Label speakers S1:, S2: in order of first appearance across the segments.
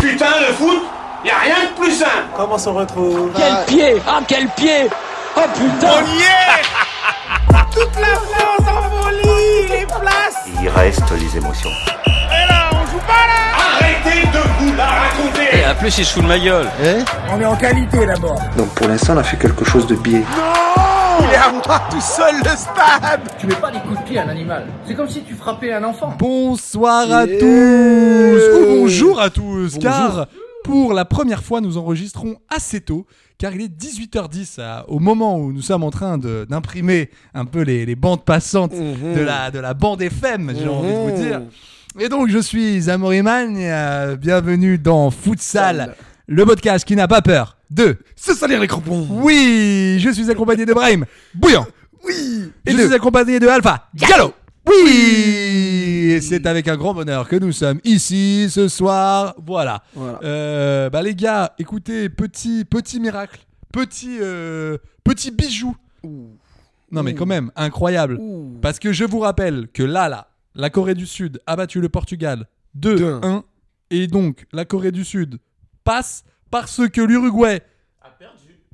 S1: Putain, le foot, y a rien de plus simple.
S2: Comment s'en retrouve
S3: Quel pied Ah quel pied Oh putain
S1: y est Toute la France envolie les places.
S4: Il reste les émotions.
S1: Et là, on joue pas là. Arrêtez de vous la raconter.
S3: En plus il se fout de ma gueule
S5: Donc pour l'instant, on a fait quelque chose de biais.
S6: Bonsoir à tous ou bonjour à tous car pour la première fois nous enregistrons assez tôt car il est 18h10 à- au moment où nous sommes en train de- d'imprimer un peu les, les bandes passantes de, la, de la bande FM j'ai envie de vous dire et donc je suis Amaury Magne euh, bienvenue dans Futsal le podcast qui n'a pas peur de se salir les crampons oui je suis accompagné de Brahim Bouillant oui et je suis accompagné de Alpha Gallo oui C'est avec un grand bonheur que nous sommes ici ce soir. Voilà. Euh, bah les gars, écoutez, petit petit miracle, petit euh, petit bijou. Non mais quand même, incroyable. Parce que je vous rappelle que là là, la Corée du Sud a battu le Portugal 2-1 et donc la Corée du Sud passe parce que l'Uruguay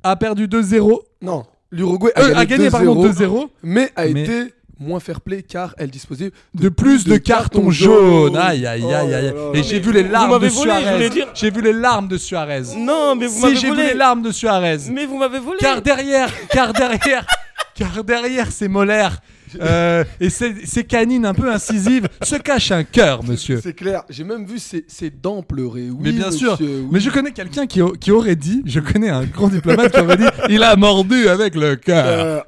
S6: a perdu 2-0
S7: Non, l'Uruguay a,
S6: Euh, a gagné pardon 2-0
S7: mais a
S6: mais-
S7: été moins fair-play car elle disposait
S6: de plus de, cartons, jaunes. Aïe aïe aïe aïe.
S7: Oh là
S6: Et
S7: là.
S6: j'ai vu les larmes de
S8: m'avez volé, je
S6: Suarez.
S8: voulais dire.
S6: J'ai vu les larmes de Suarez.
S8: Non, mais vous
S6: Si
S8: m'avez
S6: j'ai vu
S8: volé.
S6: les larmes de Suarez.
S8: Mais vous m'avez volé.
S6: Car derrière, car derrière, car derrière ces molaires euh, et ces, ces canines un peu incisives se cache un cœur, monsieur.
S7: C'est clair, j'ai même vu ses, ses dents pleurer. Oui,
S6: Mais bien sûr,
S7: monsieur, oui.
S6: mais je connais quelqu'un qui, au- qui aurait dit, je connais un grand diplomate qui aurait dit, il a mordu avec le cœur.
S7: Euh,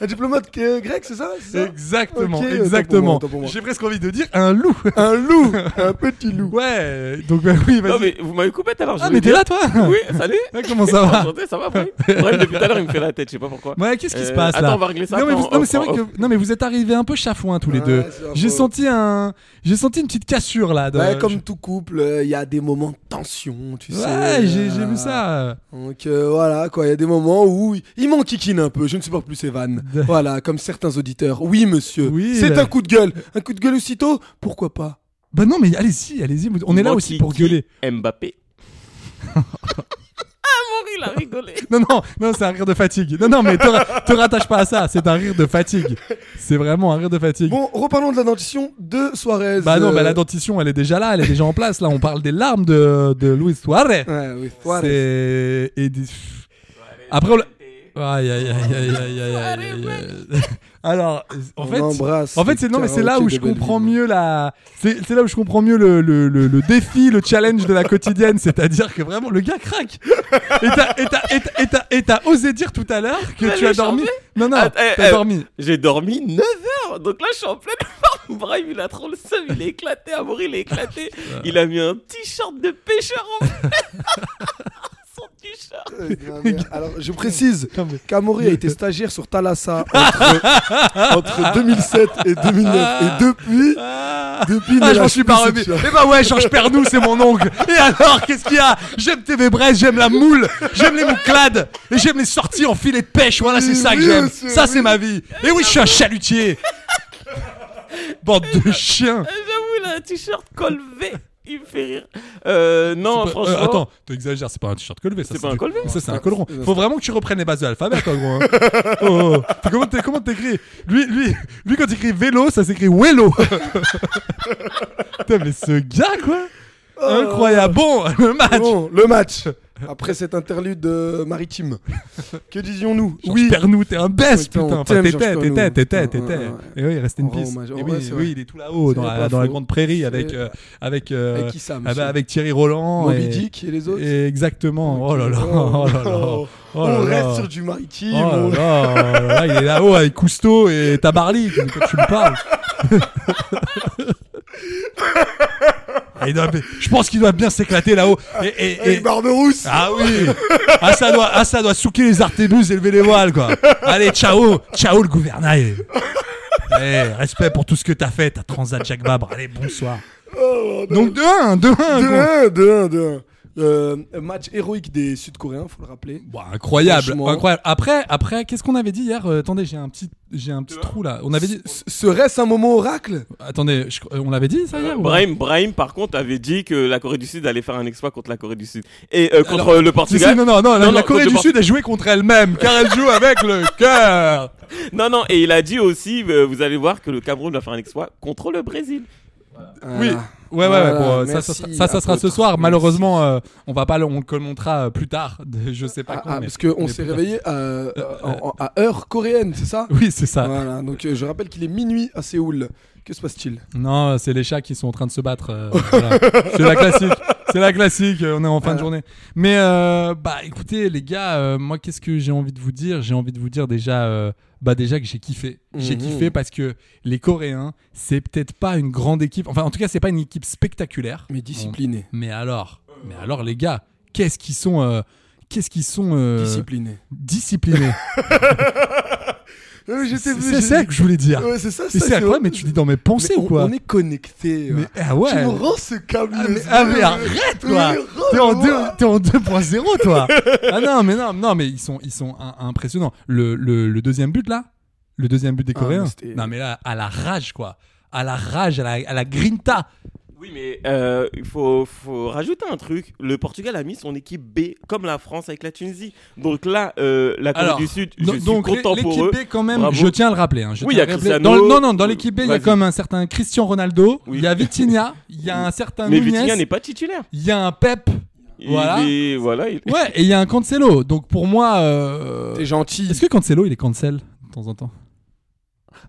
S7: un diplomate euh, grec, c'est ça, c'est ça
S6: Exactement,
S7: Ok, autant pour moi,
S6: exactement.
S7: autant pour moi.
S6: J'ai presque envie de dire un loup.
S7: Un loup, un petit loup.
S6: Ouais, donc bah oui, vas-y.
S8: Non mais vous m'avez coupé tout à l'heure. je
S6: Ah, mais
S8: voulais
S6: t'es
S8: dire.
S6: là, toi
S8: Oui, salut.
S6: Ouais, comment ça va
S8: Enchanté, ça va Brahim Brahim, depuis tout à l'heure il me fait la tête, je sais pas pourquoi.
S6: Ouais, qu'est-ce qui
S8: Euh,
S6: se passe là
S8: attends, on va régler ça
S6: Non mais,
S8: après,
S6: vous-
S8: en-
S6: non, mais c'est
S8: en-
S6: vrai que non mais vous êtes arrivés un peu chafouins tous les
S7: Ouais,
S6: deux.
S7: c'est un
S6: J'ai
S7: peu-
S6: senti un j'ai senti une petite cassure là. de-
S7: Ouais, comme tout couple, euh, il y a des moments de tension, tu
S6: Ouais,
S7: sais.
S6: j'ai j'ai
S7: euh,
S6: vu ça.
S7: Donc euh, voilà, quoi, il y a des moments où il m'enquiquine un peu, je ne supporte plus ces vannes. Voilà, comme certains auditeurs. Oui, monsieur,
S6: Oui,
S7: c'est
S6: là.
S7: un coup de gueule. Un coup de gueule aussitôt, pourquoi pas
S6: Bah non mais allez-y, allez-y, vous- on est là aussi pour
S8: Mantiki,
S6: gueuler.
S8: Mbappé. ah mon il a rigolé.
S6: Non non, non, c'est un rire de fatigue. Non non mais te, ra- te rattache pas à ça, c'est un rire de fatigue. C'est vraiment un rire de fatigue.
S7: Bon, reparlons de la dentition de Suarez.
S6: bah non,
S7: Euh,
S6: bah la dentition, elle est déjà là, elle est déjà en place là, on parle des larmes de de Luis Suarez.
S7: Ouais, oui, Suarez.
S6: C'est et des- Après on l'a- Aïe, aïe, aïe, aïe, aïe, aïe, aïe, aïe. Alors, en
S7: On
S6: fait,
S7: embrasse
S6: en fait,
S7: les
S6: c'est non, mais c'est là
S7: karaokés
S6: où
S7: de
S6: je comprends
S7: Belleville.
S6: mieux la, c'est c'est là où je comprends mieux le, le, le, le défi, le challenge de la quotidienne, c'est-à-dire que vraiment le gars craque. Et t'as- et t'as- et t'as- et t'as- et t'as osé dire tout à l'heure que
S8: Vous
S6: tu as
S8: allez
S6: dormi.
S8: chanter
S6: Non, non,
S8: Ah, eh,
S6: t'as
S8: eh.
S6: dormi.
S8: J'ai dormi 9 heures, donc là je suis en pleine forme. Brahim il a trop le seum, il est éclaté, Amaury il est éclaté. Il a mis un t-shirt de pêcheur en Son t-shirt.
S7: Alors, je précise
S6: Non, mais-
S7: qu'Amaury a été stagiaire sur Thalassa entre, entre 2007 et 2009. Et depuis,
S6: Ah,
S7: depuis,
S6: Ah,
S7: ne
S6: je m'en
S7: lâche
S6: suis
S7: plus
S6: pas
S7: ce
S6: remis.
S7: chat.
S6: Eh bah ouais, Georges Pernou, c'est mon oncle. Et alors, qu'est-ce qu'il y a J'aime TV Brest, j'aime la moule, j'aime les mouclades, et j'aime les sorties en filet de pêche. Voilà, c'est ça que
S7: Oui,
S6: j'aime.
S7: monsieur,
S6: Ça, c'est ma vie. Et oui, je suis un chalutier. Bande de chiens.
S8: Ah, J'avoue, il a un t-shirt colvé. Il me fait rire. Euh,
S6: C'est
S8: non,
S6: pas-
S8: franchement.
S6: euh, attends, t'exagères, c'est pas un t-shirt colvé, ça.
S8: C'est pas un
S6: du-
S8: col V.
S6: Ça, c'est un col rond. Faut vraiment que tu reprennes les bases de l'alphabet, toi, gros. hein. Oh, oh. T'es- Comment t'es- comment t'écris lui, lui, lui, quand il écrit vélo, ça s'écrit vélo. Putain, mais ce gars, quoi. Incroyable. Bon, le match.
S7: Bon, le match. Après cet interlude euh, maritime, que disions-nous
S6: Georges Pernou, t'es un baisse,
S7: Putain,
S6: putain.
S7: on
S6: Enfin,
S7: t'aime,
S6: t'étais,
S7: Georges
S6: t'étais,
S7: Pernou.
S6: t'étais,
S7: Ouais,
S6: t'étais.
S7: ouais, ouais.
S6: Et oui, reste in
S7: On rend
S6: peace.
S7: hommage.
S6: Et
S7: Ouais,
S6: oui,
S7: c'est
S6: oui,
S7: vrai.
S6: il est tout là-haut,
S7: C'est
S6: dans, la,
S7: pas
S6: dans la
S7: faux.
S6: grande prairie,
S7: C'est-
S6: avec, euh, avec, euh,
S7: Avec qui ça,
S6: ah
S7: monsieur
S6: bah, avec Thierry Roland.
S7: Moby
S6: et-
S7: Dick et les autres
S6: et Exactement. Oh là là, oh là là.
S7: Oh.
S6: oh là
S7: On
S6: là.
S7: reste sur du maritime.
S6: Oh là
S7: on-
S6: là, oh là là, il est là-haut avec Cousteau et Tabarly, de quoi tu me parles Ah, il doit- Je pense qu'il doit bien s'éclater là-haut. Et, et- et-
S7: Et Barberousse
S6: ah oui ah ça, doit, ah ça doit souquer les artébus et lever les voiles quoi Allez ciao Ciao le gouvernail Eh, respect pour tout ce que t'as fait, ta transat Jacques Vabre. Allez, bonsoir. Donc 2-1, 2-1.
S7: 2-1, 2-1, 2-1. Euh, match héroïque des Sud-Coréens, faut le rappeler.
S6: Bon, Bah, incroyable,
S7: Franchement.
S6: incroyable. Après, après, qu'est-ce qu'on avait dit hier Euh, Attendez, j'ai un petit, j'ai un petit trou là. On avait dit,
S7: S- Serait-ce un moment oracle
S6: attendez, je- euh, on l'avait dit ça hier ou-
S8: Brahim, Brahim, par contre, avait dit que la Corée du Sud allait faire un exploit contre la Corée du Sud. Et euh, contre euh, le
S6: Si, si,
S8: Portugal.
S6: non, non, non, la, la Corée
S8: contre
S6: du
S8: le
S6: Sud a joué contre elle-même, car elle joue avec le cœur.
S8: Por- Non, non, et il a dit aussi, euh, vous allez voir que le Cameroun va faire un exploit contre le Brésil.
S6: Oui.
S7: Voilà.
S6: Ouais, ouais,
S7: Voilà,
S6: bon, euh, ça,
S7: merci,
S6: ça, sera- ça, ça sera ce
S7: apôtre.
S6: soir.
S7: Merci.
S6: Malheureusement, euh, on va pas, le- on le commentera euh, plus tard. de- Je sais pas
S7: Ah,
S6: quand.
S7: ah,
S6: mais-
S7: parce qu'on
S6: mais
S7: s'est
S6: plus tard.
S7: réveillé à, à- en- à heure coréenne, c'est ça
S6: Oui, c'est ça.
S7: Voilà, donc euh, je rappelle qu'il est minuit à Séoul. Que se passe-t-il
S6: Non, c'est les chats qui sont en train de se battre. euh, voilà. C'est la classique. C'est la classique. euh, On est en fin de journée. Mais euh, bah, écoutez, les gars, euh, moi, qu'est-ce que j'ai envie de vous dire J'ai envie de vous dire déjà, euh, bah déjà que j'ai kiffé. J'ai
S7: Mhm.
S6: kiffé parce que les Coréens, c'est peut-être pas une grande équipe. Enfin, en tout cas, c'est pas une équipe spectaculaire.
S7: Mais discipliné.
S6: Mais alors, mais alors, les gars, qu'est-ce qu'ils sont euh, Qu'est-ce qu'ils sont euh,
S7: Discipliné.
S6: disciplinés
S7: Euh, j'étais-
S6: C'est ça que je voulais dire.
S7: Ouais, c'est ça,
S6: Et
S7: ça,
S6: c'est à quoi
S7: vrai.
S6: Mais tu dis dans mes pensées
S7: Mais
S6: ou
S7: on-
S6: quoi
S7: On est connecté.
S6: Mais ah ouais.
S7: Tu nous rends ce câble.
S6: Ah mais, ah, mais arrête quoi T'es en deux- t'es en 2.0 toi Ah non mais non non mais ils sont ils sont un- impressionnants. Le, le, le deuxième but là Le deuxième but des
S7: Ah,
S6: Coréens
S7: mais c'était-
S6: Non mais là à la rage quoi à la rage, à la, à la grinta.
S8: Oui, mais euh, il faut, faut rajouter un truc. Le Portugal a mis son équipe B, comme la France avec la Tunisie. Donc là, euh, la Corée
S6: Alors,
S8: du Sud, je
S6: no-
S8: suis
S6: donc l'é-
S8: content pour
S6: l'équipe
S8: eux.
S6: B quand même,
S8: Bravo.
S6: je tiens à le rappeler. hein, je
S8: Oui,
S6: tiens
S8: il y
S6: à
S8: a
S6: le rappeler.
S8: Cristiano.
S6: Dans le- non, non, dans l'équipe B, il y a
S8: Vas-y.
S6: comme un certain Cristiano Ronaldo, il
S8: Oui.
S6: y a Vitinha, il y a un certain
S8: Mais
S6: Nunez,
S8: Vitinha n'est pas titulaire.
S6: il y a un Pep.
S8: Il
S6: euh, Voilà.
S8: est- voilà, il-
S6: Ouais, et il y a un Cancelo. Donc pour moi, euh,
S7: T'es gentil.
S6: est-ce que Cancelo il est cancel de temps en temps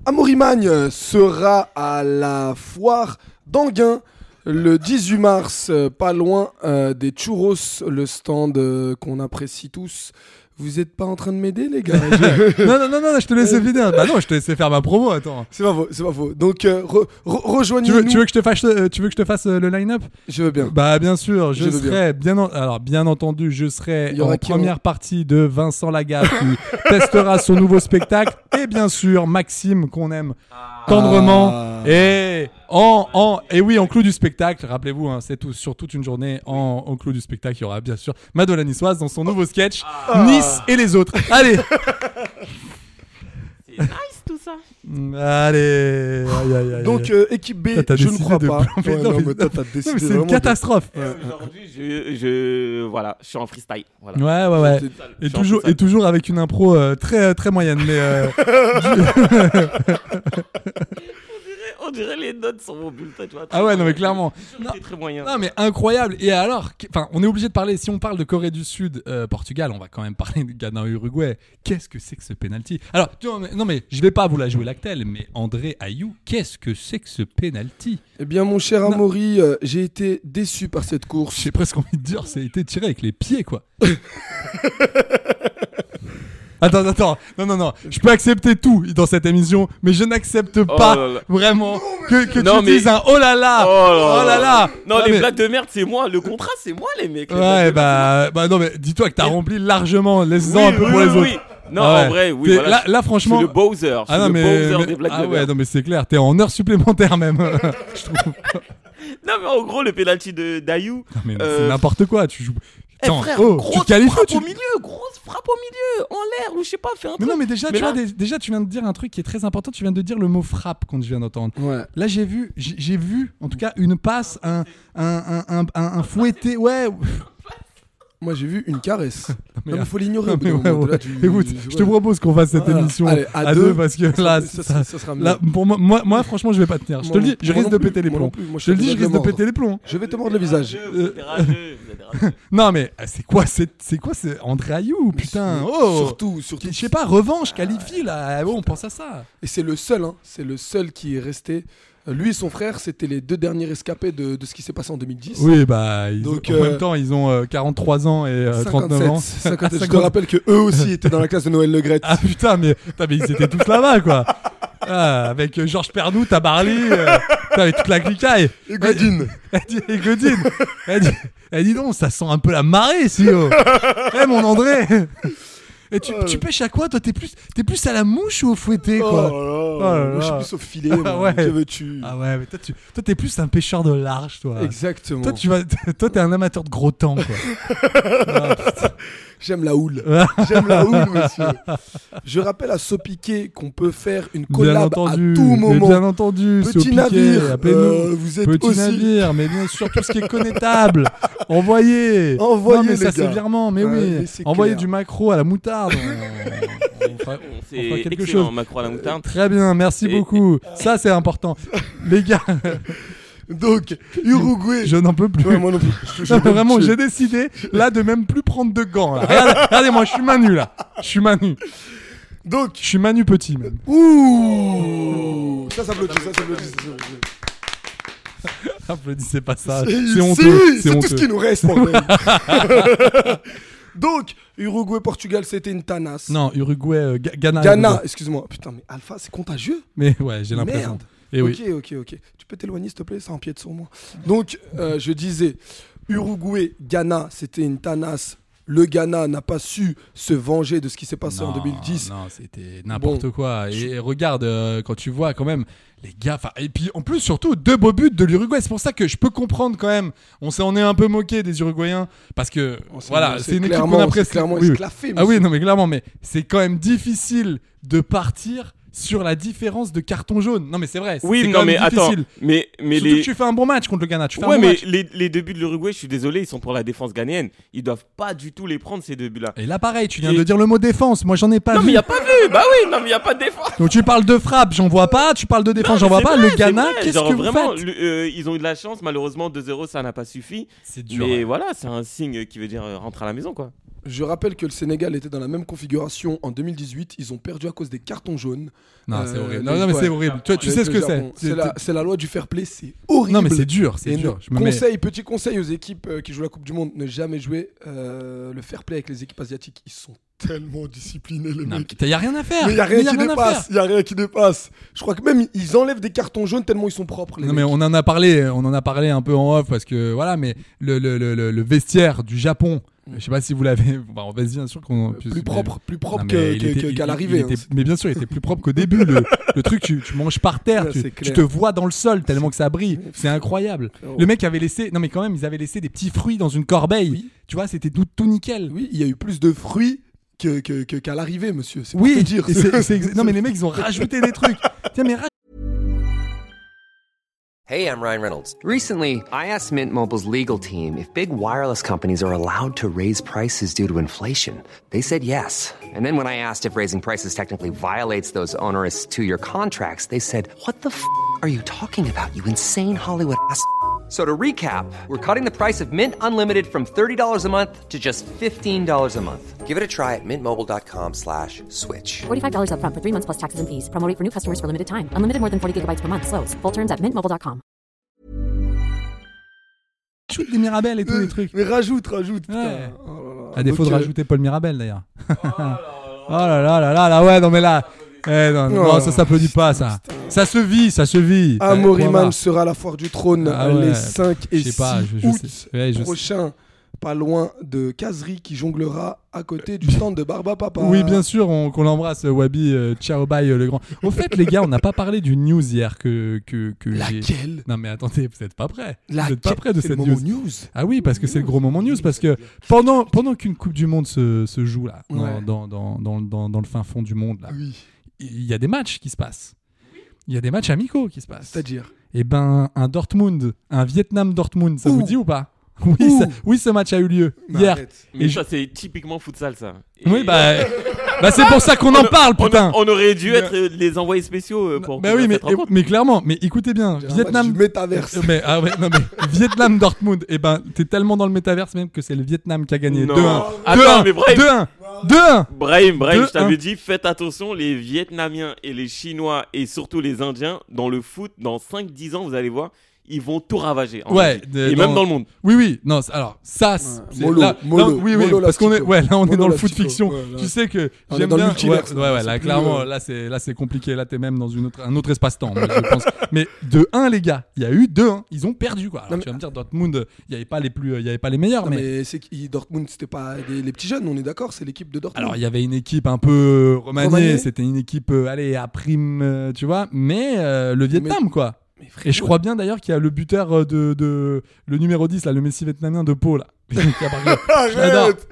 S7: Amaury Magne euh, sera à la foire d'Anguin le 18 mars, euh, pas loin euh, des Churros, le stand euh, qu'on apprécie tous. Vous êtes pas en train de m'aider, les gars Je-
S6: non, non, non, non, je te laisse finir. Bah non, je te laissais faire ma promo, attends.
S7: C'est pas faux, c'est pas faux. Donc, euh, re- re-
S6: Tu veux,
S7: rejoignez-nous.
S6: tu veux que je te fasse, euh, tu veux que je te fasse euh, le line-up
S7: Je veux bien.
S6: Bah bien sûr, je,
S7: Je veux
S6: serai bien. en- alors bien entendu, je serai
S7: Il y aura
S6: en
S7: qui hein
S6: première partie de Vincent Lagarde qui testera son nouveau spectacle et bien sûr Maxime qu'on aime tendrement
S7: Ah.
S6: et en en et oui en clou du spectacle. Rappelez-vous, hein, c'est tout sur toute une journée en, en clou du spectacle. Il y aura bien sûr Madonna Niçoise dans son nouveau sketch Nice et les autres. Allez. C'est Ah. nice tout ça. Allez. Aïe, aïe, aïe.
S7: Donc, euh, équipe B,
S6: Toi, t'as
S7: je ne
S6: décidé
S7: crois
S6: de-
S7: pas.
S6: Mais
S7: Ouais,
S6: non,
S7: non,
S6: mais-
S7: mais toi, t'as
S6: non, mais
S7: décidé
S6: c'est
S7: vraiment
S6: une
S7: de-
S6: catastrophe.
S8: Aujourd'hui, je, je- voilà, je suis en freestyle. Voilà.
S6: Ouais, ouais, ouais. Et
S8: Genre,
S6: toujours,
S8: ça-
S6: et toujours avec une impro euh, très, très moyenne. Mais euh,
S8: Eh, On dirait les notes sur mon bulletin, tu vois.
S6: ah ouais, non, mais clairement. Non,
S8: C'est très moyen.
S6: non, mais incroyable. Et alors, qu- enfin, on est obligé de parler. Si on parle de Corée du Sud, euh, Portugal, on va quand même parler de Ghana, Uruguay. Qu'est-ce que c'est que ce penalty Alors, tu vois, mais- non, mais je vais pas vous la jouer l'actel, mais André Ayou, qu'est-ce que c'est que ce penalty
S7: Eh bien, mon cher Amaury, euh, j'ai été déçu par cette course.
S6: J'ai presque envie de dire, ça a été tiré avec les pieds, quoi. attends, attends, non, non, non, je peux accepter tout dans cette émission, mais je n'accepte pas
S8: Oh là là.
S6: vraiment que, que
S8: Non,
S6: tu
S8: mais-
S6: dises un oh là là, oh là là.
S8: Non, les
S6: mais-
S8: blagues de merde, c'est moi. Le contrat, c'est moi, les mecs. Les blagues
S6: Ouais,
S8: de merde,
S6: bah, bah non, mais dis-toi que t'as rempli largement,
S8: c'est
S6: laisse-en
S8: moi.
S6: un peu
S8: Oui,
S6: pour
S8: oui,
S6: les
S8: oui,
S6: autres.
S8: oui. Non,
S6: Ah ouais.
S8: en vrai, oui.
S6: T'es-
S8: voilà,
S6: là,
S8: je-
S6: là,
S8: je suis
S6: franchement.
S8: le Bowser. Je suis
S6: Ah non,
S8: le
S6: mais,
S8: Bowser
S6: mais-
S8: des blagues
S6: ah
S8: de
S6: ouais,
S8: merde.
S6: non, mais c'est clair, t'es en heure supplémentaire même. je trouve.
S8: Non, mais en gros, le penalty de Dayou.
S6: Mais non, c'est
S8: euh,
S6: n'importe quoi, tu joues.
S8: Eh
S6: Attends,
S8: frère,
S6: oh, tu
S8: grosse
S6: te qualifies,
S8: frappe
S6: tu-
S8: au milieu, grosse frappe au milieu, en l'air, ou je sais pas, fais un
S6: Mais
S8: truc.
S6: non, mais déjà,
S8: Mais
S6: tu
S8: là-
S6: vois, dé- déjà, tu viens de dire un truc qui est très important. Tu viens de dire le mot frappe qu'on vient d'entendre.
S7: Ouais.
S6: Là, j'ai vu, j'ai j'ai vu, en tout cas, une passe, un, un, un, un, un- un fouetté. Ouais.
S7: Moi, j'ai vu une caresse.
S6: mais- ah.
S7: Non, Ah, mais faut l'ignorer.
S6: Non,
S7: au bout
S6: mais
S7: d'un
S6: ouais,
S7: moment.
S6: ouais.
S7: Là, tu-
S6: Écoute,
S7: tu-
S6: je te
S7: ouais.
S6: propose qu'on fasse cette
S7: Voilà.
S6: émission
S7: Allez, à
S6: à,
S7: deux,
S6: deux, parce que là,
S7: ça,
S6: ça-
S7: ça sera mieux.
S6: là, pour moi, moi, moi, franchement, je vais pas tenir. Je te
S7: Moi
S6: le
S7: non
S6: dis,
S7: plus,
S6: je
S7: moi
S6: risque
S7: non
S6: de péter les
S7: plus, moi
S6: plombs.
S7: non plus, moi,
S6: Je te le
S7: suis
S6: dis, je
S7: obligé
S6: risque
S7: de
S6: de péter les plombs.
S7: Je vais te mordre le visage.
S6: Euh,
S8: Vous êtes rageux, vous êtes rageux.
S6: Non, mais euh, c'est quoi, c'est c'est quoi, c'est André Ayou, putain. Oh,
S7: Surtout, surtout.
S6: je sais pas, revanche, qualifie là. Bon, on pense à ça.
S7: Et c'est le seul, hein, c'est le seul qui est resté. Euh, Lui et son frère, c'était les deux derniers escapés de, de ce qui s'est passé en 2010.
S6: Oui, bah, ils
S7: Donc,
S6: ont- en
S7: euh,
S6: même temps, ils ont euh, 43 ans et euh, 39 ans.
S7: 57, 57. Je te
S6: 50.
S7: rappelle que eux aussi étaient dans la classe de Noël Le Gret.
S6: Ah putain, mais, putain, mais ils étaient tous là-bas, quoi. Ah, avec euh, Georges Pernou, Tabarly, euh, putain, avec toute la cliquaille.
S7: et Godin.
S6: Elle dit, et Godin, elle dit, elle dit non, ça sent un peu la marée, si. oh. Eh, mon André. Et tu, tu pêches à quoi, toi T'es plus, t'es plus à la mouche ou au fouetté,
S7: Oh
S6: quoi
S7: là là.
S6: Oh là
S7: Moi, Je suis
S6: là.
S7: plus au filet. moi.
S6: Ouais.
S7: Que veux-tu
S6: Ah ouais, mais toi, tu, toi, t'es plus un pêcheur de large, toi.
S7: Exactement.
S6: Toi, tu vas, toi, t'es un amateur de gros temps, quoi.
S7: J'aime la houle. J'aime la houle, monsieur. Je rappelle à Sopiquet qu'on peut faire une
S6: bien
S7: collab à
S6: entendu,
S7: tout
S6: mais
S7: moment.
S6: bien entendu. c'est au
S7: Petit
S6: piquet,
S7: navire,
S6: appelez-nous.
S7: euh, vous êtes
S6: Petit
S7: aussi-
S6: navire, mais bien sûr tout ce qui est connétable. Envoyez.
S7: Envoyez,
S6: Non, mais
S7: les
S6: ça c'est
S7: gars.
S6: virement, mais
S7: Ouais,
S6: oui.
S7: mais c'est
S6: Envoyez
S7: clair.
S6: du macro à la moutarde. On- on fera- on
S8: C'est
S6: fera quelque
S8: excellent,
S6: chose. Euh,
S8: Macron à la moutarde.
S6: Très bien, merci
S8: Et-
S6: beaucoup. Ça c'est important, les gars.
S7: Donc, Uruguay.
S6: Je n'en peux plus.
S7: Ouais, moi non plus. Je- je-
S6: Non, mais vraiment,
S7: je-
S6: j'ai décidé là de même plus prendre de gants. là. Regardez, moi, je suis manu là. Je suis manu.
S7: Donc,
S6: Je suis manu petit même.
S7: ouh. Ça s'applaudit, ça s'applaudit. ça s'applaudit.
S6: Applaudissez pas ça.
S7: Si,
S6: C'est honteux.
S7: si, C'est tout ce
S6: honteux.
S7: qui nous reste, bordel. Donc, Uruguay-Portugal, c'était une tanasse.
S6: Non, Uruguay, euh, Ga- Ghana.
S7: Ghana,
S6: Uruguay.
S7: excuse-moi. Putain, mais Alpha, c'est contagieux.
S6: Mais ouais, j'ai l'impression.
S7: Merde.
S6: Et
S7: ok,
S6: Eh oui.
S7: Ah, ok, ok. Tu peux t'éloigner, s'il te plaît, ça empiète sur moi. Donc, euh, je disais, Uruguay, Ghana, c'était une tanasse. Le Ghana n'a pas su se venger de ce qui s'est passé en
S6: Non,
S7: 2010.
S6: Non, c'était n'importe
S7: Bon.
S6: quoi. Et, et regarde, euh, quand tu vois quand même les gars. 'fin, Et puis en plus, surtout, deux beaux buts de l'Uruguay. C'est pour ça que je peux comprendre quand même. On s'en est un peu moqué des Uruguayens. Parce que
S7: On s'est- on
S6: voilà,
S7: s'est
S6: c'est une équipe
S7: clairement-
S6: qu'on
S7: on s'est
S6: apprécie.
S7: clairement
S6: Oui, oui.
S7: esclaffé,
S6: Ah oui,
S7: monsieur.
S6: non, mais clairement, mais c'est quand même difficile de partir sur la différence de carton jaune. Non, mais c'est vrai. c'est-
S8: Oui,
S6: c'est
S8: non,
S6: quand
S8: mais
S6: même
S8: attends.
S6: difficile.
S8: Mais, mais
S6: Surtout
S8: les.
S6: que tu fais un bon match contre le Ghana. Tu fais un
S8: Ouais,
S6: bon
S8: mais
S6: match.
S8: les, les deux buts de l'Uruguay, je suis désolé, ils sont pour la défense ghanéenne. Ils doivent pas du tout les prendre, ces deux buts-là.
S6: Et là, pareil, tu viens
S8: Et-
S6: de dire le mot défense. Moi, j'en ai pas
S8: Non,
S6: vu.
S8: mais il a pas vu Bah oui, non, mais il a pas de défense
S6: Donc tu parles de frappe, j'en vois pas. Tu parles de défense, j'en vois
S8: C'est
S6: pas.
S8: vrai,
S6: le
S8: c'est
S6: Ghana,
S8: vrai.
S6: qu'est-ce
S8: Genre,
S6: que vous
S8: vraiment,
S6: faites
S8: le- euh, Ils ont eu de la chance, malheureusement, 2-0, ça n'a pas suffi.
S6: C'est dur.
S8: Mais voilà, c'est un signe qui veut dire euh, rentre à la maison, quoi.
S7: Je rappelle que le Sénégal était dans la même configuration en 2018. Ils ont perdu à cause des cartons jaunes.
S6: Non,
S7: Euh,
S6: c'est horrible.
S7: les-
S6: Non, non, mais
S7: ouais.
S6: c'est horrible. Tu, tu sais
S7: Avec
S6: ce
S7: le
S6: que c'est.
S7: Japon.
S6: C'est-
S7: C'est la, c'est la loi du fair play, c'est horrible.
S6: Non, mais c'est dur, c'est
S7: Et
S6: dur.
S7: ne-
S6: Je me mets-
S7: conseil, petit conseil aux équipes euh, qui jouent la Coupe du Monde, ne jamais jouer euh, le fair play avec les équipes asiatiques. Ils sont tellement disciplinés, les
S6: Non,
S7: mecs.
S6: mais y a rien à faire.
S7: Mais il n'y a
S6: Mais
S7: rien
S6: y
S7: qui
S6: à
S7: dépasse.
S6: faire.
S7: Il a rien qui dépasse. Je crois que même ils enlèvent des cartons jaunes tellement ils sont propres. Les
S6: Non mais
S7: mecs.
S6: on en a parlé, on en a parlé un peu en off parce que voilà, mais le, le, le, le- le vestiaire du Japon, je sais pas si vous l'avez, bah, on va se dire sûr qu'on
S7: Mm. Euh, Plus propre, plus propre
S6: Non,
S7: que-
S6: mais il
S7: que-
S6: était-
S7: que-
S6: il-
S7: qu'à
S6: il-
S7: l'arrivée.
S6: il
S7: hein.
S6: était- Mais bien sûr, il était plus propre qu'au début. Le, le truc, tu, tu manges par terre,
S7: Ouais,
S6: tu,
S7: c'est
S6: tu
S7: clair.
S6: te vois dans le sol tellement que ça brille. C'est incroyable.
S7: Frérot.
S6: Le mec avait laissé, non mais quand même, ils avaient laissé des petits fruits dans une corbeille. Tu vois, c'était tout, tout nickel.
S7: Oui, il y a eu plus de fruits que- que- que- qu'à l'arrivée, monsieur. C'est pour
S6: Oui,
S7: te dire.
S6: et c'est- c'est exa- non mais les mecs, ils ont rajouté des trucs. Tiens, mais
S9: Hey, I'm Ryan Reynolds. Recently, I asked Mint Mobile's legal team if big wireless companies are allowed to raise prices due to inflation. They said yes. And then when I asked if raising prices technically violates those onerous two year contracts, they said, What the f are you talking about, you insane Hollywood ass? f- So to recap, we're cutting the price of Mint Unlimited from $30 a month to just $15 a month. Give it a try at mintmobile.com slash switch.
S10: $45 upfront for three months plus taxes and fees. Promo rate for new customers for limited time. Unlimited more than 40 gigabytes per month. Slows. Full terms at mintmobile.com.
S6: rajoute des mirabelles et tous les
S7: Mais-
S6: trucs.
S7: Mais rajoute, rajoute. putain.
S6: Ouais.
S7: Oh là là.
S6: À défaut de
S7: Donc, euh,
S6: rajouter Paul Mirabel d'ailleurs. Oh là là là là là ouais non mais là. Eh, non, non,
S7: Oh,
S6: ça s'applaudit pas ça. Ça se vit, ça se vit. Eh,
S7: Amaury
S6: Voilà.
S7: Man Ah, sera à la foire du trône
S6: Ah
S7: euh, les
S6: ouais.
S7: 5 et
S6: Je sais pas,
S7: 6
S6: je- je
S7: août
S6: sais. Ouais, je sais.
S7: prochain, pas loin de Kazri qui jonglera à côté du stand de Barba Papa.
S6: Euh, Oui, bien sûr, on- qu'on l'embrasse, euh, Wabi. euh, ciao, bye, euh, le grand. Au fait, les gars, on n'a pas parlé du news hier que. que, que j'ai-
S7: Laquelle
S6: Non, mais attendez, vous n'êtes pas prêts.
S7: Laquelle
S6: Vous n'êtes pas prêts de
S7: C'est le
S6: cette
S7: moment
S6: news.
S7: news.
S6: Ah oui, parce que c'est le gros moment news. Parce que pendant, pendant qu'une Coupe du Monde se, se joue là, dans,
S7: Ouais.
S6: dans, dans, dans, dans- dans le fin fond du monde, là,
S7: Oui,
S6: il y a des matchs qui se passent. Il y a des matchs amicaux qui se passent.
S7: c'est-à-dire
S6: Eh ben, un Dortmund, un Vietnam Dortmund, ça
S7: Ouh.
S6: vous dit ou pas Oui, ça- oui, ce match a eu lieu hier.
S7: arrête.
S6: Et
S8: Bah, Mais
S6: je-
S8: ça, c'est typiquement futsal, ça. Et- euh,
S6: Oui, bah, bah c'est pour ça qu'on
S8: On
S6: en
S8: a-
S6: parle,
S8: on a-
S6: putain.
S8: On, aurait dû être euh, les envoyés spéciaux euh, pour.
S6: Bah
S8: pour
S6: oui, mais,
S8: cette rencontre.
S6: mais clairement, mais écoutez bien, Vietnam.
S7: Du métaverse.
S6: Euh, Mais, ah ouais, non, mais Vietnam Dortmund, et ben t'es tellement dans le métaverse même que c'est le Vietnam qui a gagné.
S8: Non.
S6: 2-1.
S8: Attends,
S6: 2-1,
S8: mais Brahim-
S6: 2-1. 2-1.
S8: Brahim, Brahim,
S6: Deux,
S8: je t'avais
S6: un.
S8: dit, faites attention, les Vietnamiens et les Chinois et surtout les Indiens, dans le foot, dans 5-10 ans, vous allez voir, ils vont tout ravager. en
S6: Ouais,
S8: Asie.
S6: de-
S8: et
S6: dans-
S8: même dans le monde.
S6: Oui, oui, non, c'est- alors ça, c'est
S7: mollo,
S6: là,
S7: mollo,
S6: non, oui, oui,
S7: mollo
S6: parce qu'on est,
S7: Lastico.
S6: ouais, là on est
S7: Mollo
S6: dans le foot
S7: Lastico,
S6: fiction.
S7: ouais, là.
S6: tu sais que
S7: On est
S6: j'aime
S7: dans le
S6: bien, ouais,
S7: multiverse,
S6: ouais, ouais,
S7: c'est
S6: là
S7: plus,
S6: clairement,
S7: euh,
S6: là c'est, là c'est compliqué, là t'es même dans une autre, un autre espace-temps, moi, je pense. Mais de 1 les gars, il y a eu 2-1, ils ont perdu quoi. Alors,
S7: Non, mais-
S6: tu vas me dire Dortmund, il y avait pas les plus, il y avait pas les meilleurs,
S7: Non,
S6: mais,
S7: mais c'est qui Dortmund, c'était pas des- les petits jeunes, on est d'accord, c'est l'équipe de Dortmund.
S6: Alors il y avait une équipe un peu euh, remaniée,
S7: Remaniée
S6: c'était une équipe euh, allez à prime, euh, tu vois, mais euh, le Vietnam quoi. Et je crois bien d'ailleurs qu'il y a le buteur euh, de, de- le numéro 10 là, le Messi vietnamien de Pau là. Qui a marqué. Je l'adore.
S7: Ah, arrête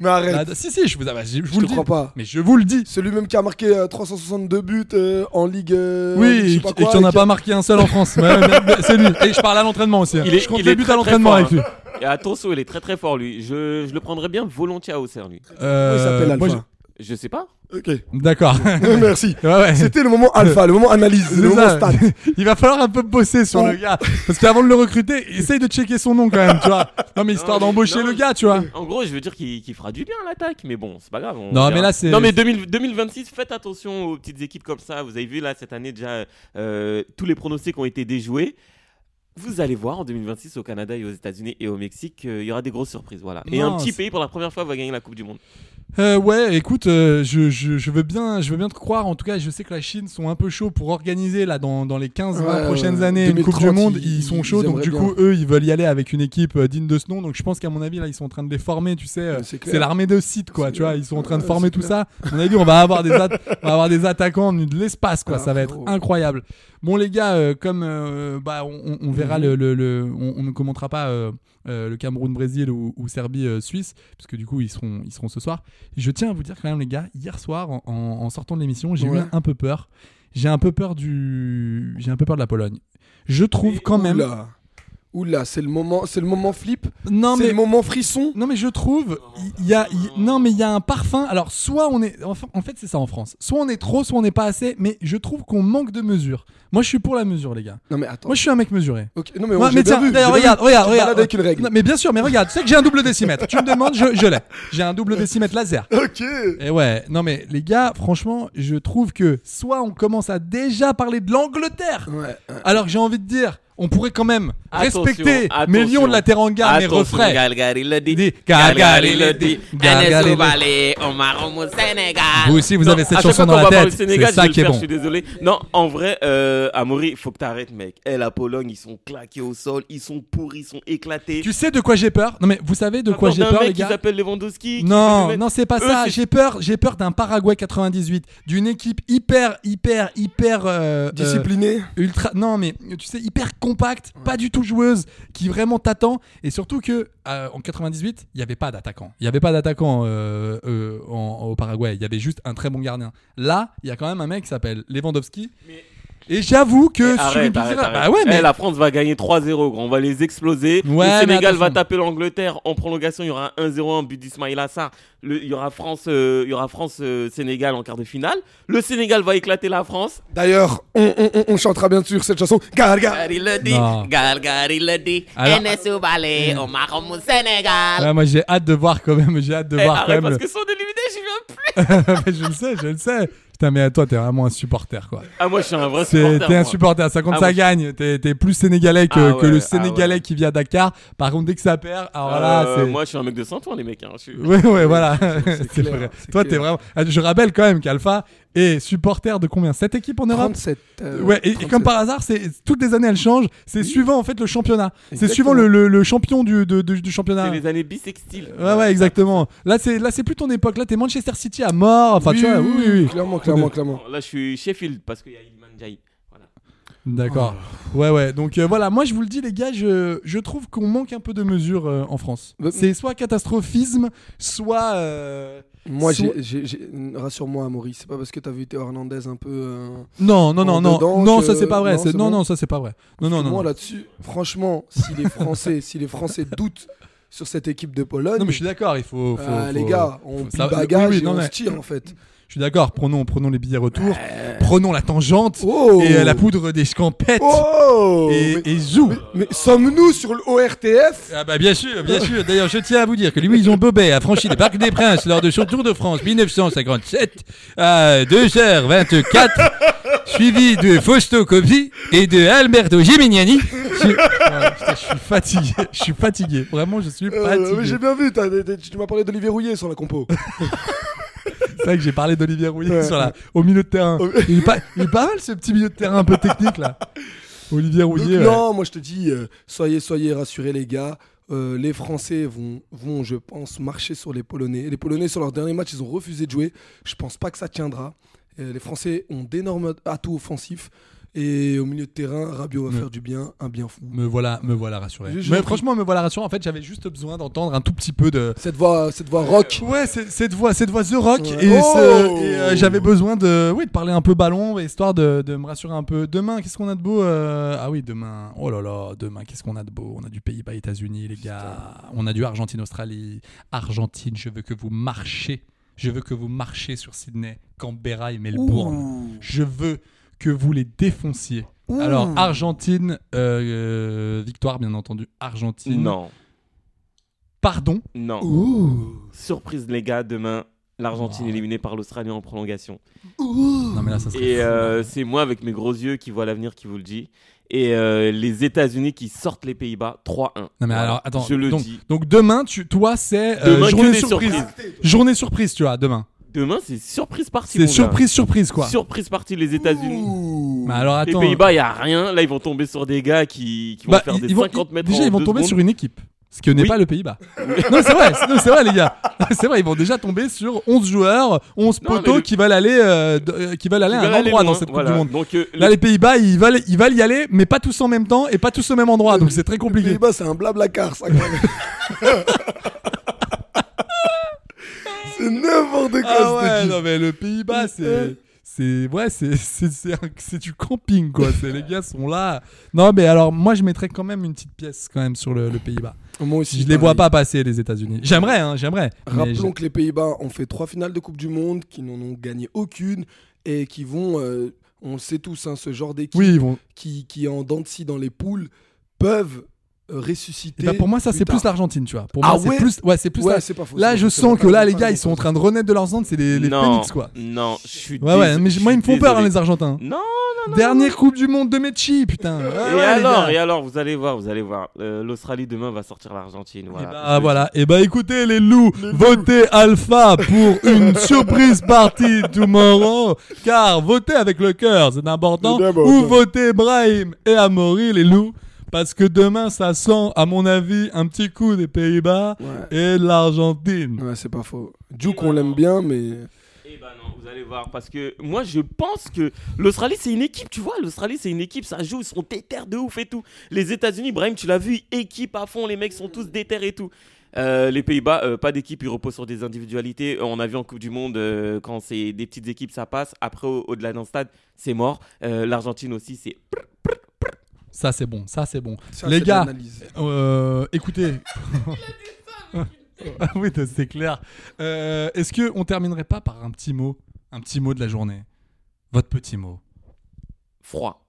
S7: Mais arrête
S6: Ah, si si, je vous, ah, bah, je- je vous
S7: te
S6: le
S7: crois
S6: dis.
S7: pas.
S6: Mais je vous le dis.
S7: Celui même qui a marqué euh, 362 buts euh, en Ligue. euh, en Ligue, je
S6: Oui,
S7: sais
S6: et,
S7: pas
S6: qui- et
S7: quoi,
S6: qui en a
S7: et qui-
S6: pas marqué un seul en France. Ouais, ouais, mais- mais c'est lui. Et je parle à l'entraînement aussi. hein.
S8: Il est-
S6: je compte
S8: il
S6: les
S8: est
S6: buts
S8: très,
S6: à
S8: très
S6: l'entraînement
S8: fort,
S6: avec
S8: hein.
S6: lui.
S8: Et attention, il est très très fort, lui. Je, je le prendrais bien volontiers à Auxerre, lui.
S6: Euh,
S7: Comment il s'appelle
S6: moi,
S7: Alpha.
S8: Je sais pas.
S7: Ok,
S6: je- D'accord.
S7: merci.
S6: Ouais, ouais.
S7: C'était le moment Alpha, le moment analyse,
S6: C'est
S7: le moment
S6: ça.
S7: stat.
S6: Il va falloir un peu bosser sur le gars. Parce qu'avant de le recruter, essaye de checker son nom quand même, tu vois. Non, mais histoire
S8: Non, mais-
S6: d'embaucher
S8: non,
S6: le
S8: mais-
S6: gars, tu vois.
S8: En gros, je veux dire qu'il qu'il fera du bien à l'attaque, mais bon, c'est pas grave. on
S6: Non,
S8: verra.
S6: mais là, c'est-
S8: Non, mais 2000 2026, faites attention aux petites équipes comme ça. Vous avez vu, là, cette année, déjà, euh, tous les pronostics ont été déjoués. Vous allez voir en 2026 au Canada et aux États-Unis et au Mexique, euh, il y aura des grosses surprises. Voilà. et
S6: Non,
S8: un petit
S6: c'est-
S8: pays pour la première fois va gagner la Coupe du Monde.
S6: Euh, ouais, écoute, euh, je, je, je veux bien, je veux bien te croire. En tout cas, je sais que la Chine sont un peu chauds pour organiser là dans, dans les 15 vingt
S7: Ouais,
S6: prochaines
S7: ouais,
S6: années une Coupe du
S7: 2030,
S6: Monde. Ils,
S7: ils-
S6: sont
S7: ils
S6: chauds, donc
S7: aimeraient
S6: du
S7: bien.
S6: coup, eux, ils veulent y aller avec une équipe euh, digne de ce nom. Donc, je pense qu'à mon avis, là, ils sont en train de les former. Tu sais, euh,
S7: Mais c'est clair.
S6: c'est l'armée de sites, quoi.
S7: C'est-
S6: Tu vois, ils sont en train de
S7: ouais,
S6: former
S7: c'est
S6: tout
S7: clair.
S6: ça. On a dit, on va avoir des, at- on va avoir des attaquants venus de l'espace, quoi.
S7: Ah,
S6: ça va être
S7: frérot.
S6: incroyable. Bon, les gars, euh, comme euh, bah, on, on- on verra
S7: Mhm.
S6: le, le- le- on, on ne commentera pas euh, euh, le Cameroun-Brésil ou, ou Serbie-Suisse, parce que du coup, ils seront, ils seront ce soir. Je tiens à vous dire quand même, les gars, hier soir, en, en- en sortant de l'émission, j'ai eu
S7: Ouais.
S6: un peu peur. J'ai un peu peur du, j'ai un peu peur de la Pologne. Je trouve quand même.
S7: Oula, Oula, c'est le moment, c'est le moment flip,
S6: Non
S7: c'est
S6: mais
S7: le moment frisson.
S6: non mais je trouve il y a il- non mais il y a un parfum. Alors soit on est enfin, en fait c'est ça en France. Soit on est trop, soit on n'est pas assez. Mais je trouve qu'on manque de mesure. Moi je suis pour la mesure les gars.
S7: Non mais attends.
S6: Moi je suis un mec mesuré.
S7: Ok, Non mais,
S6: Ouais,
S7: on- j'ai
S6: mais
S7: bien
S6: tiens,
S7: vu,
S6: d'ailleurs,
S7: j'ai bien
S6: regarde, regarde,
S7: vu. Tu te
S6: regarde.
S7: balades avec une règle.
S6: Non, mais bien sûr, mais regarde, tu sais que j'ai un double décimètre. tu me demandes, je, je l'ai. J'ai un double décimètre laser.
S7: Ok.
S6: Et ouais, non mais les gars, franchement, je trouve que soit on commence à déjà parler de l'Angleterre,
S7: Ouais.
S6: alors que j'ai envie de dire, on pourrait quand même
S8: Attention,
S6: respecter
S8: attention.
S6: mes lions de la Teranga, mes
S8: Attention,
S6: refrains.
S8: Galgari le dit.
S6: Dit,
S8: Galgari le dit.
S6: Galgari
S8: Enes
S6: le dit.
S8: Oubali, Omar Oumou, Sénégal.
S6: Vous aussi, vous
S8: Non,
S6: avez cette
S8: à chaque
S6: chanson
S8: fois
S6: dans
S8: qu'on
S6: la
S8: va parler
S6: tête.
S8: du Sénégal,
S6: C'est ça
S8: je vais
S6: qui est
S8: le faire,
S6: bon.
S8: Je suis désolé. Non, en vrai, euh, Amaury, faut que t'arrêtes, mec. Eh, la Pologne, ils sont claqués au sol, ils sont pourris, ils sont éclatés.
S6: Tu sais de quoi j'ai peur Non mais vous savez de quoi
S8: Encore
S6: j'ai
S8: d'un
S6: peur
S8: mec
S6: les
S8: qui
S6: gars
S8: s'appelle Lewandowski. qui fait
S6: Non,
S8: des-
S6: non, c'est pas
S8: Eux,
S6: ça.
S8: c'est-
S6: J'ai peur, j'ai peur d'un Paraguay 98, d'une équipe hyper, hyper, hyper euh, euh,
S7: Discipliné.
S6: ultra non mais tu sais hyper compacte pas du tout joueuse qui vraiment t'attend et surtout que euh, en 98 il y avait pas d'attaquant il y avait pas d'attaquant euh, euh, en- au Paraguay il y avait juste un très bon gardien là il y a quand même un mec qui s'appelle Lewandowski et j'avoue que sur une
S8: Arrête,
S6: petite
S8: arrête,
S6: erreur-
S8: arrête.
S6: bah ouais
S8: Eh,
S6: mais
S8: la France va gagner 3-0, gros. on va les exploser.
S6: Ouais, mais
S8: le Sénégal va
S6: attention.
S8: taper l'Angleterre. En prolongation, il y aura un 1-0, un but d'Ismail Assar. Le- Il y aura France, euh, il y aura France euh, Sénégal en quart de finale. Le Sénégal va éclater la France.
S7: D'ailleurs, on, on- on- on chantera bien sûr cette chanson. Garga.
S2: Gary le dit,
S6: Non.
S2: Gary le dit,
S6: Alors-
S2: Enes
S8: Hmm.
S2: Oubali, Omar Oumou,
S8: Ah,
S2: Sénégal.
S6: Ouais, Ah, moi j'ai hâte de voir quand même j'ai hâte de
S8: Eh,
S6: voir quand
S8: arrête
S6: même
S8: parce
S6: le-
S8: que si on est éliminé, j'y viens plus.
S6: Mais je le sais je le sais putain mais toi t'es vraiment un supporter quoi
S8: Ah moi je suis un vrai
S6: C'est-
S8: supporter.
S6: T'es un
S8: moi.
S6: supporter, ça quand
S8: Ah,
S6: ça
S8: moi, je-
S6: gagne, t'es t'es plus sénégalais que,
S8: Ah ouais,
S6: que le
S8: ah
S6: sénégalais
S8: ouais.
S6: qui vit à Dakar. Par contre, dès que ça perd, alors là,
S8: Euh,
S6: c'est.
S8: moi je suis un mec de Saint-Ouen les mecs. hein. Je suis-
S6: Ouais, ouais, voilà. C'est
S7: clair,
S6: vrai.
S7: c'est
S6: Toi, t'es
S7: clair.
S6: vraiment. Ah, Je rappelle quand même qu'Alpha est supporter de combien 7 équipes en Europe
S7: 37. euh,
S6: Ouais, et, et
S7: 37.
S6: comme par hasard, c'est toutes les années elles changent. C'est suivant en fait le championnat. C'est
S7: Exactement.
S6: suivant le, le- le champion du, de- de- du championnat.
S8: C'est les années bisextiles.
S6: Ouais, ouais, exactement. Là, c'est là, c'est plus ton époque. Là, t'es Manchester City à mort. Enfin,
S7: Oui,
S6: tu vois, oui, oui, oui.
S7: Clairement, clairement, clairement.
S8: Là je suis Sheffield parce qu'il y a Ilman Jai. Voilà.
S6: D'accord.
S7: Oh.
S6: Ouais, ouais. Donc euh, voilà, moi je vous le dis, les gars, je, je trouve qu'on manque un peu de mesure euh, en France.
S7: Bah-
S6: C'est soit catastrophisme, soit. euh,
S7: Moi,
S6: soit-
S7: j'ai- j'ai- j'ai- rassure-moi, Amaury, c'est pas parce que t'as vu Théo Hernandez un peu. euh,
S6: Non, non, non,
S7: en
S6: non.
S7: dedans
S6: non,
S7: que-
S6: ça c'est pas vrai.
S7: non,
S6: c'est-
S7: c'est
S6: Non,
S7: bon.
S6: non, ça c'est pas vrai. Non, non, non.
S7: Moi,
S6: non.
S7: là-dessus, franchement, si les Français, si les Français doutent sur cette équipe de Pologne,
S6: Non, mais je suis d'accord, il faut. faut-
S7: euh, les
S6: faut-
S7: gars, on
S6: faut-
S7: plie
S6: ça-
S7: bagage
S6: oui, oui, non,
S7: et on
S6: mais-
S7: se tire en fait.
S6: Je suis d'accord, prenons, prenons les billets retour, prenons la tangente
S7: Oh.
S6: et euh, la poudre des scampettes
S7: Oh
S6: et,
S7: mais,
S6: et zou.
S7: mais sommes-nous sur le ORTF
S6: Ah bah bien sûr, bien sûr. D'ailleurs, je tiens à vous dire que Louis Bobet a franchi les Parcs des Princes lors de son Tour de France 1957 à 2h24, suivi de Fausto Coppi et de Alberto Gimignani. Je... Ouais, putain, je suis fatigué, je suis fatigué. Vraiment, je suis
S7: Euh,
S6: fatigué.
S7: mais J'ai bien vu, t'as- t'as- tu m'as parlé d'Olivier Rouillet sur la compo.
S6: C'est vrai que j'ai parlé d'Olivier Rouillet
S7: Ouais.
S6: sur la, au milieu de terrain.
S7: Au-
S6: Il est, pas, il est pas mal ce petit milieu de terrain un peu technique là. Olivier
S7: Donc,
S6: Rouillet. ouais.
S7: Non, moi je te dis, euh, soyez, soyez rassurés les gars. Euh, les Français vont, vont, je pense, marcher sur les Polonais. Les Polonais, sur leur dernier match, ils ont refusé de jouer. Je pense pas que ça tiendra. Euh, les Français ont d'énormes atouts offensifs. Et au milieu de terrain, Rabiot
S6: Mm.
S7: va faire du bien, un bien fou.
S6: Me voilà, me voilà rassuré.
S7: Je- je
S6: Mais
S7: vous prie.
S6: franchement, me voilà rassuré. En fait, j'avais juste besoin d'entendre un tout petit peu de.
S7: Cette voix, cette voix rock.
S6: Ouais, c'est- cette voix, cette voix The Rock.
S7: Ouais.
S6: Et, ce-
S7: Oh
S6: et, euh, j'avais besoin de, oui, de parler un peu ballon, histoire de, de me rassurer un peu. Demain, qu'est-ce qu'on a de beau euh, Ah oui, demain. Oh là là, demain, qu'est-ce qu'on a de beau On a du Pays-Bas, États-Unis, les gars. On a du Argentine-Australie. Argentine, je veux que vous marchiez. Je veux que vous marchiez sur Sydney, Canberra et Melbourne. Je veux que vous les défonciez. Alors, Argentine, euh, euh, victoire, bien entendu. Argentine.
S8: Non,
S6: Pardon.
S8: non. Surprise, les gars, demain, l'Argentine éliminée par l'Australie en prolongation.
S6: Non, mais là, ça serait
S8: Et
S6: fou.
S8: euh, c'est moi avec mes gros yeux qui vois l'avenir qui vous le dit. Et euh, les États-Unis qui sortent les Pays-Bas 3-1.
S6: Non mais
S8: Voilà.
S6: alors attends,
S8: Je le
S6: donc,
S8: dis.
S6: donc demain tu toi c'est euh,
S8: Demain, que
S6: journée
S8: des
S6: surprise.
S8: surprises.
S6: Journée surprise tu vois demain.
S8: Demain, c'est surprise partie.
S6: C'est
S8: mon gars.
S6: surprise surprise quoi.
S8: Surprise partie, les États-Unis.
S6: Mais alors
S8: Les
S6: attends.
S8: Pays-Bas, il a rien. Là, ils vont tomber sur des gars qui, qui vont
S6: bah,
S8: faire
S6: ils-
S8: des
S6: ils vont-
S8: 50 mètres
S6: déjà
S8: en
S6: ils vont
S8: deux
S6: tomber
S8: secondes.
S6: sur une équipe. Ce que n'est
S8: Oui.
S6: pas le Pays-Bas. non, c'est vrai, c'est- non, c'est vrai, les gars. C'est vrai, ils vont déjà tomber sur 11 joueurs, 11
S8: Non, mais
S6: poteaux
S8: le-
S6: qui veulent aller, euh, de- euh, qui veulent aller à
S8: Ils
S6: un
S8: veulent aller
S6: endroit dans
S8: loin,
S6: cette
S8: voilà.
S6: Coupe du Monde.
S8: Donc, euh,
S6: Là,
S8: le-
S6: les Pays-Bas, ils veulent, ils veulent y aller, mais pas tous en même temps et pas tous au même endroit, donc c'est très
S7: Les
S6: compliqué.
S7: Pays-Bas, c'est un blabla car, ça. quand même. c'est n'importe quoi.
S6: Ah
S7: cette
S6: ouais,
S7: équipe.
S6: non mais le Pays-Bas, c'est. C'est ouais, c'est c'est c'est un- c'est du camping quoi. C'est les gars sont là. Non mais alors moi je mettrais quand même une petite pièce quand même sur le, le Pays-Bas.
S7: Moi aussi.
S6: Je les vois
S7: pareil.
S6: pas passer les États-Unis. J'aimerais hein, j'aimerais. mais
S7: Rappelons que les Pays-Bas ont fait trois finales de Coupe du Monde, qui n'en ont gagné aucune et qui vont, euh, on le sait tous, hein, ce genre
S6: je-
S7: d'équipe
S6: oui ils vont.
S7: qui, qui est en dents de scie dans les poules, peuvent euh, ressusciter.
S6: Eh ben, pour moi ça
S7: plus
S6: c'est plus
S7: tard.
S6: l'Argentine tu vois. Pour
S7: Ah
S6: moi
S7: ouais
S6: c'est plus ouais c'est plus
S7: Ouais,
S6: la-
S7: c'est pas faux.
S6: Là
S7: c'est
S6: je
S7: pas-
S6: sens
S7: c'est
S6: que
S7: pas-
S6: là
S7: c'est
S6: les
S7: pas
S6: gars
S7: faux.
S6: ils sont en train de renaître de leurs andes c'est les, les
S8: non,
S6: phoenix quoi.
S8: Non, je suis
S6: Ouais ouais
S8: dés-
S6: mais
S8: je
S6: moi ils me
S8: suis
S6: font peur hein,
S8: désolé.
S6: les Argentins.
S8: Non,
S6: Dernière Coupe du Monde de Messi putain. Ouais, Ah ouais,
S8: et
S6: les
S8: alors,
S6: gars.
S8: et alors, vous allez voir, vous allez voir. Euh, L'Australie demain va sortir l'Argentine. Voilà.
S6: Ah voilà, et bah écoutez les loups, votez Alpha pour une surprise partie tomorrow, car votez avec le cœur, c'est important,
S7: C'est d'abord
S6: ou
S7: ça.
S6: votez Brahim et Amaury les loups, parce que demain ça sent, à mon avis, un petit coup des Pays-Bas et de l'Argentine.
S7: Ouais, c'est pas faux. Duke, on l'aime bien, mais.
S8: Eh ben non, vous allez voir, parce que moi je pense que l'Australie c'est une équipe, tu vois, l'Australie c'est une équipe, ça joue, ils sont déter de ouf et tout. Les États-Unis, Brahim, tu l'as vu, équipe à fond, les mecs sont tous déter et tout. Euh, les Pays-Bas, euh, pas d'équipe, ils reposent sur des individualités. Euh, On a vu en Coupe du Monde, euh, quand c'est des petites équipes, ça passe. Après, au- au-delà d'un stade, c'est mort. Euh, L'Argentine aussi, c'est.
S6: Ça c'est bon, ça c'est bon.
S7: Ça,
S6: les
S7: c'est de
S6: gars,
S7: l'analyse.
S6: euh, écoutez... Ah oui, c'est clair. Euh, Est-ce que on terminerait pas par un petit mot, un petit mot de la journée Votre petit mot
S8: froid.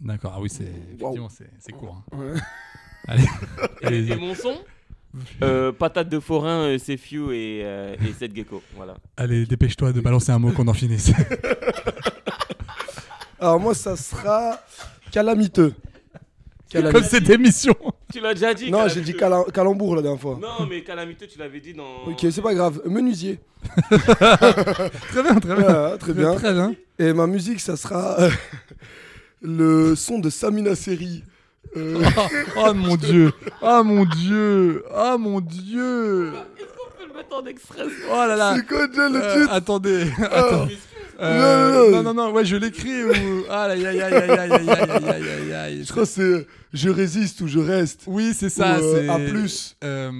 S6: D'accord, ah oui, c'est effectivement, c'est- c'est court. hein.
S7: Ouais.
S6: Allez,
S8: Et,
S6: allez-y.
S8: mon son Euh, Patate de forain, euh, c'est Few et, euh, et Seth Gecko. Voilà.
S6: Allez, dépêche-toi de balancer un mot qu'on en finisse.
S7: Alors, moi, ça sera calamiteux.
S6: Comme cette émission.
S8: Tu l'as déjà dit
S7: Non,
S8: Calamiteux.
S7: j'ai dit cala- calembour la dernière fois.
S8: Non, mais Calamiteux, tu l'avais dit dans.
S7: Ok, c'est pas grave. Menuisier.
S6: Très bien, très bien.
S7: Voilà, très bien.
S6: Très bien.
S7: Et ma musique, ça sera euh, le son de Samina Seri. Euh,
S6: Oh, oh mon dieu. Oh mon dieu. Oh mon dieu.
S8: On peut le mettre en express.
S6: Oh là là.
S7: c'est quoi déjà le
S6: Euh,
S7: titre
S6: attendez. Attends. Euh, non,
S7: Non, non,
S6: non, non, ouais, je l'écris. Ou... Ah, aïe, aïe, aïe, aïe, aïe, aïe, aïe, aïe, aïe, aïe.
S7: Je crois que c'est euh, je résiste ou je reste.
S6: Oui, c'est ça.
S7: Ou, euh,
S6: c'est-
S7: à plus.
S6: Euh,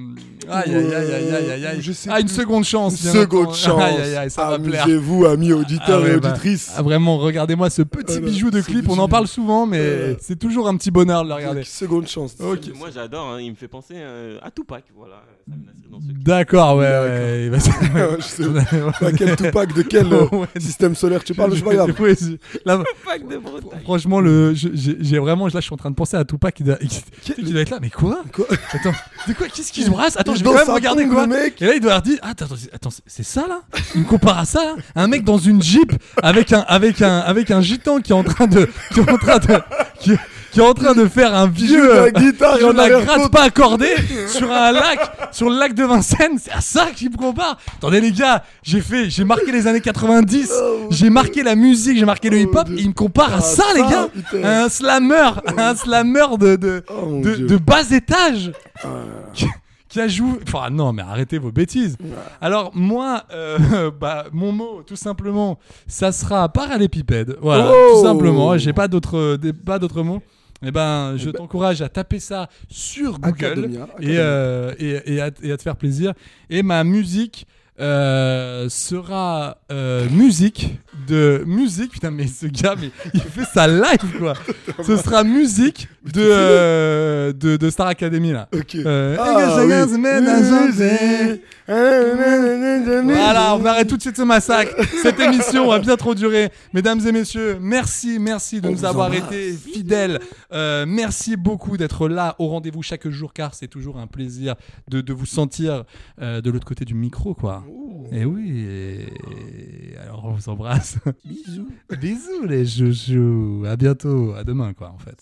S6: Aïe, aïe, aïe, aïe, aïe, aïe, aïe.
S7: Je sais
S6: ah, une
S7: plus.
S6: seconde chance. bien
S7: Seconde
S6: entendu.
S7: chance.
S6: Aïe, aïe, aïe, ça va plaire.
S7: Amusez-vous, amis auditeurs
S6: Ah ouais,
S7: et
S6: bah,
S7: auditrices.
S6: ah, vraiment, regardez-moi ce petit
S7: Ah, bah,
S6: bijou de
S7: ce
S6: clip.
S7: petit
S6: On en parle souvent, mais
S7: Euh.
S6: c'est toujours un petit bonheur de le regarder.
S7: Donc, Seconde chance.
S6: Ok.
S8: Moi j'adore, hein, il me fait penser euh, à Tupac, voilà. Ça me l'inscrit dans ce clip.
S6: D'accord, ouais.
S7: D'accord.
S6: ouais, bah, c'est-
S7: Je sais pas quel Tupac, de quel euh,
S6: Ouais.
S7: système solaire tu parles, je sais pas grave.
S6: Ouais, c'est- là, Franchement, le, je- j'ai j'ai vraiment, là, je suis en train de penser à Tupac qui doit, qui,
S7: Quel-
S6: qui doit être là. Mais quoi
S7: Quoi
S6: Attends, de quoi Qu'est-ce qu'il se brasse Attends,
S7: Il
S6: je vais
S7: danse
S6: quand même
S7: un
S6: regarder
S7: pong,
S6: quoi.
S7: le mec.
S6: Et là, il doit leur dire Ah, Attends, attends, c'est- attends, c'est- c'est ça là Il me compare à ça là Un mec dans une jeep avec un, avec un, avec un gitan qui est en train de, qui est en train de, qui, qui est en train de faire un vieux.
S7: de la guitare
S6: qui
S7: et
S6: en
S7: en
S6: la
S7: arrière-fond.
S6: gratte pas accordée sur un lac, sur le lac de Vincennes. C'est à ça qu'il me compare. Attendez les gars, j'ai fait, j'ai marqué les années 90,
S7: Oh,
S6: j'ai marqué la musique, j'ai marqué le hip hop.
S7: Dieu.
S6: Il me compare à
S7: Ah,
S6: ça
S7: ça,
S6: les gars,
S7: putain.
S6: un slammer, un slammer de de,
S7: Oh, mon
S6: de,
S7: Dieu.
S6: de bas étage qui- qui a joué. Enfin, non, mais arrêtez vos bêtises. Alors, moi, euh, bah, mon mot, tout simplement, ça sera parallépipède. Voilà,
S7: Oh.
S6: tout simplement. J'ai pas d'autres euh, des- pas d'autres mots. Eh ben, je t'encourage à taper ça sur Google
S7: Academia,
S6: et,
S7: Academia.
S6: euh, et, et à, et à te faire plaisir. Et ma musique euh, sera euh, musique de musique. Putain, mais ce gars, mais il fait sa live quoi. Ce sera musique de euh, de, de Star Academy là.
S7: Ok.
S6: Euh,
S7: Ah,
S6: et que
S7: oui.
S6: chacun se mette à chanter. Voilà, on arrête tout de suite ce massacre. Cette émission a bien trop duré. Mesdames et messieurs, merci, merci de nous
S7: Oh, vous
S6: avoir
S7: embrasse.
S6: été fidèles. Euh, merci beaucoup d'être là au rendez-vous chaque jour, car c'est toujours un plaisir de, de vous sentir euh, de l'autre côté du micro, quoi.
S7: Oh.
S6: Et oui, et- alors on vous embrasse. Bisous. Bisous les chouchous. À bientôt, à demain, quoi, en fait.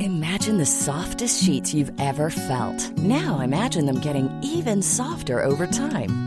S4: Imagine the softest sheets you've ever felt. Now imagine them getting even softer over time.